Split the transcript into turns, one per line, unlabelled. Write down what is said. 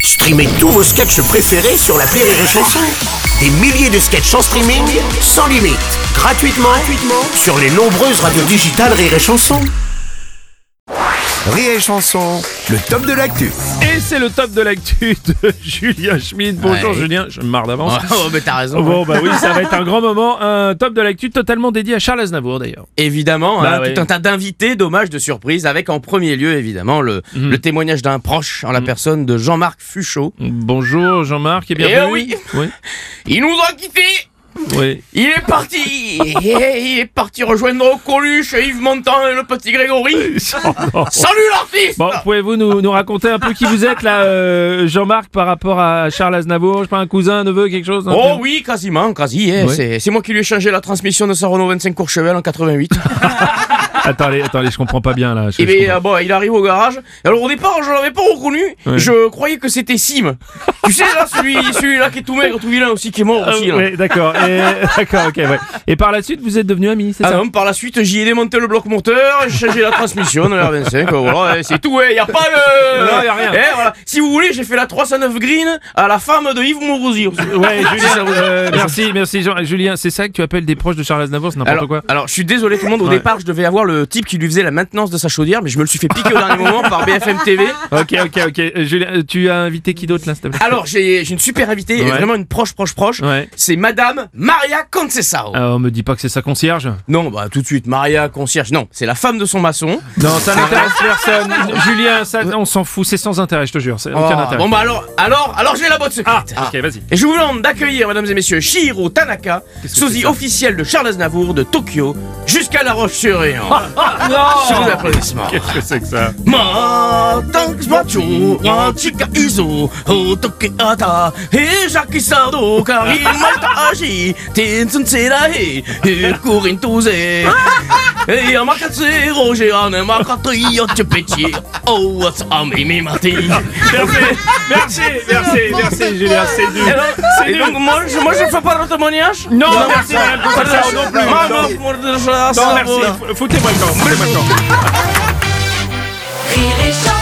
Streamez tous vos sketchs préférés sur la Rire et Chanson. Des milliers de sketchs en streaming, sans limite, gratuitement, gratuitement sur les nombreuses radios digitales Rire et Chanson.
Rire et chanson, le top de l'actu.
Et c'est le top de l'actu de Julien Schmidt. Bonjour
Ouais.
Julien, je me marre d'avance.
Oh, mais t'as raison.
Bon bah oui, ça va être un grand moment, un top de l'actu totalement dédié à Charles Aznavour d'ailleurs.
Évidemment,
Bah
hein,
ouais.
tout un tas d'invités, d'hommages, de surprises, avec en premier lieu, évidemment, le,
Mhm.
le témoignage d'un proche en la personne de Jean-Marc Fuchot.
Bonjour Jean-Marc et bienvenue.
Eh oui.
oui,
Il nous a quittés
oui.
Il est parti Il est parti rejoindre Coluche, Yves Montand et le petit Grégory.
non.
Salut l'artiste
Bon, pouvez-vous nous, nous raconter un peu qui vous êtes là, euh, Jean-Marc, par rapport à Charles Aznavour Je sais pas, un cousin, un neveu, quelque chose un
Oh
truc
oui, quasiment, quasi. eh,
Oui.
C'est, c'est moi qui lui ai changé la transmission de sa Renault 25 Courchevel en 88.
Attendez, attendez, je comprends pas Eh bien là. je- je
Et bien, bon, ben, ah bah, il arrive au garage. Et Alors au départ, je l'avais pas reconnu.
Ouais.
Je croyais que c'était Sim. tu sais là, celui, celui-là qui est tout maigre, tout vilain aussi, qui est mort
comprends-
aussi.
Ah,
là.
ouais, d'accord, et, d'accord, ok, ouais. Et par la suite, vous êtes devenu ami, c'est
Ah
ça
non, par la suite, j'y ai démonté le bloc moteur, j'ai changé la transmission de la 25, quoi, voilà, et c'est tout, il y a pas de...
Non, y a rien.
Eh, voilà. Si vous voulez, j'ai fait la 309 Green à la femme de Yves Mourouzi.
Ouais, Julien, euh, merci, merci Jean- Julien. C'est ça que tu appelles des proches de Charles Aznavour, c'est n'importe
Alors,
quoi.
alors, je suis désolé tout le monde, au
Ouais.
départ, je devais avoir le type qui lui faisait la maintenance de sa chaudière, mais je me le suis fait piquer au dernier moment par BFM TV.
Ok, ok, ok. Euh, Julien, euh, tu as invité qui d'autre là, s'il te plaît
Alors, j'ai j'ai une super invitée, et
Ouais.
vraiment une proche, proche, proche.
Ouais.
C'est Madame Maria Concessao.
Ah, on me dit pas que c'est sa concierge.
Non, bah tout de suite, Maria Concierge. Non, c'est la femme de son maçon.
Non, ça n'intéresse personne. Julien, ça, on s'en fout, c'est sans intérêt, je te jure. C'est aucun
Ah,
intérêt. Ah,
bon bah alors, alors, alors j'ai la botte secrète.
Ok, vas-y.
Et je vous demande d'accueillir, mesdames et messieurs, Shiro Tanaka,
Qu'est-ce que c'est
sosie
ça
officiel de Charles Aznavour de Tokyo jusqu'à La Roche-sur-Yon. Sur vos applaudissements.
Qu'est-ce que c'est que ça
Ma tanks macho, wa chika izo, hotoke ata, he shaki sado, kari mata ashi, tenzun tsera he, he kurin tuze. Hey, amakatse, roger ane makatri, yote pechi, oh, what's ami mi mati.
Merci, merci, merci, Julien, c'est dur.
Et donc, moi, je, moi, je fais pas de témoignage?
Non, merci, madame Concessao, non plus. Non,
Non,
non, merci, foutez-moi le camp, foutez-moi le camp.
Rire et chanson.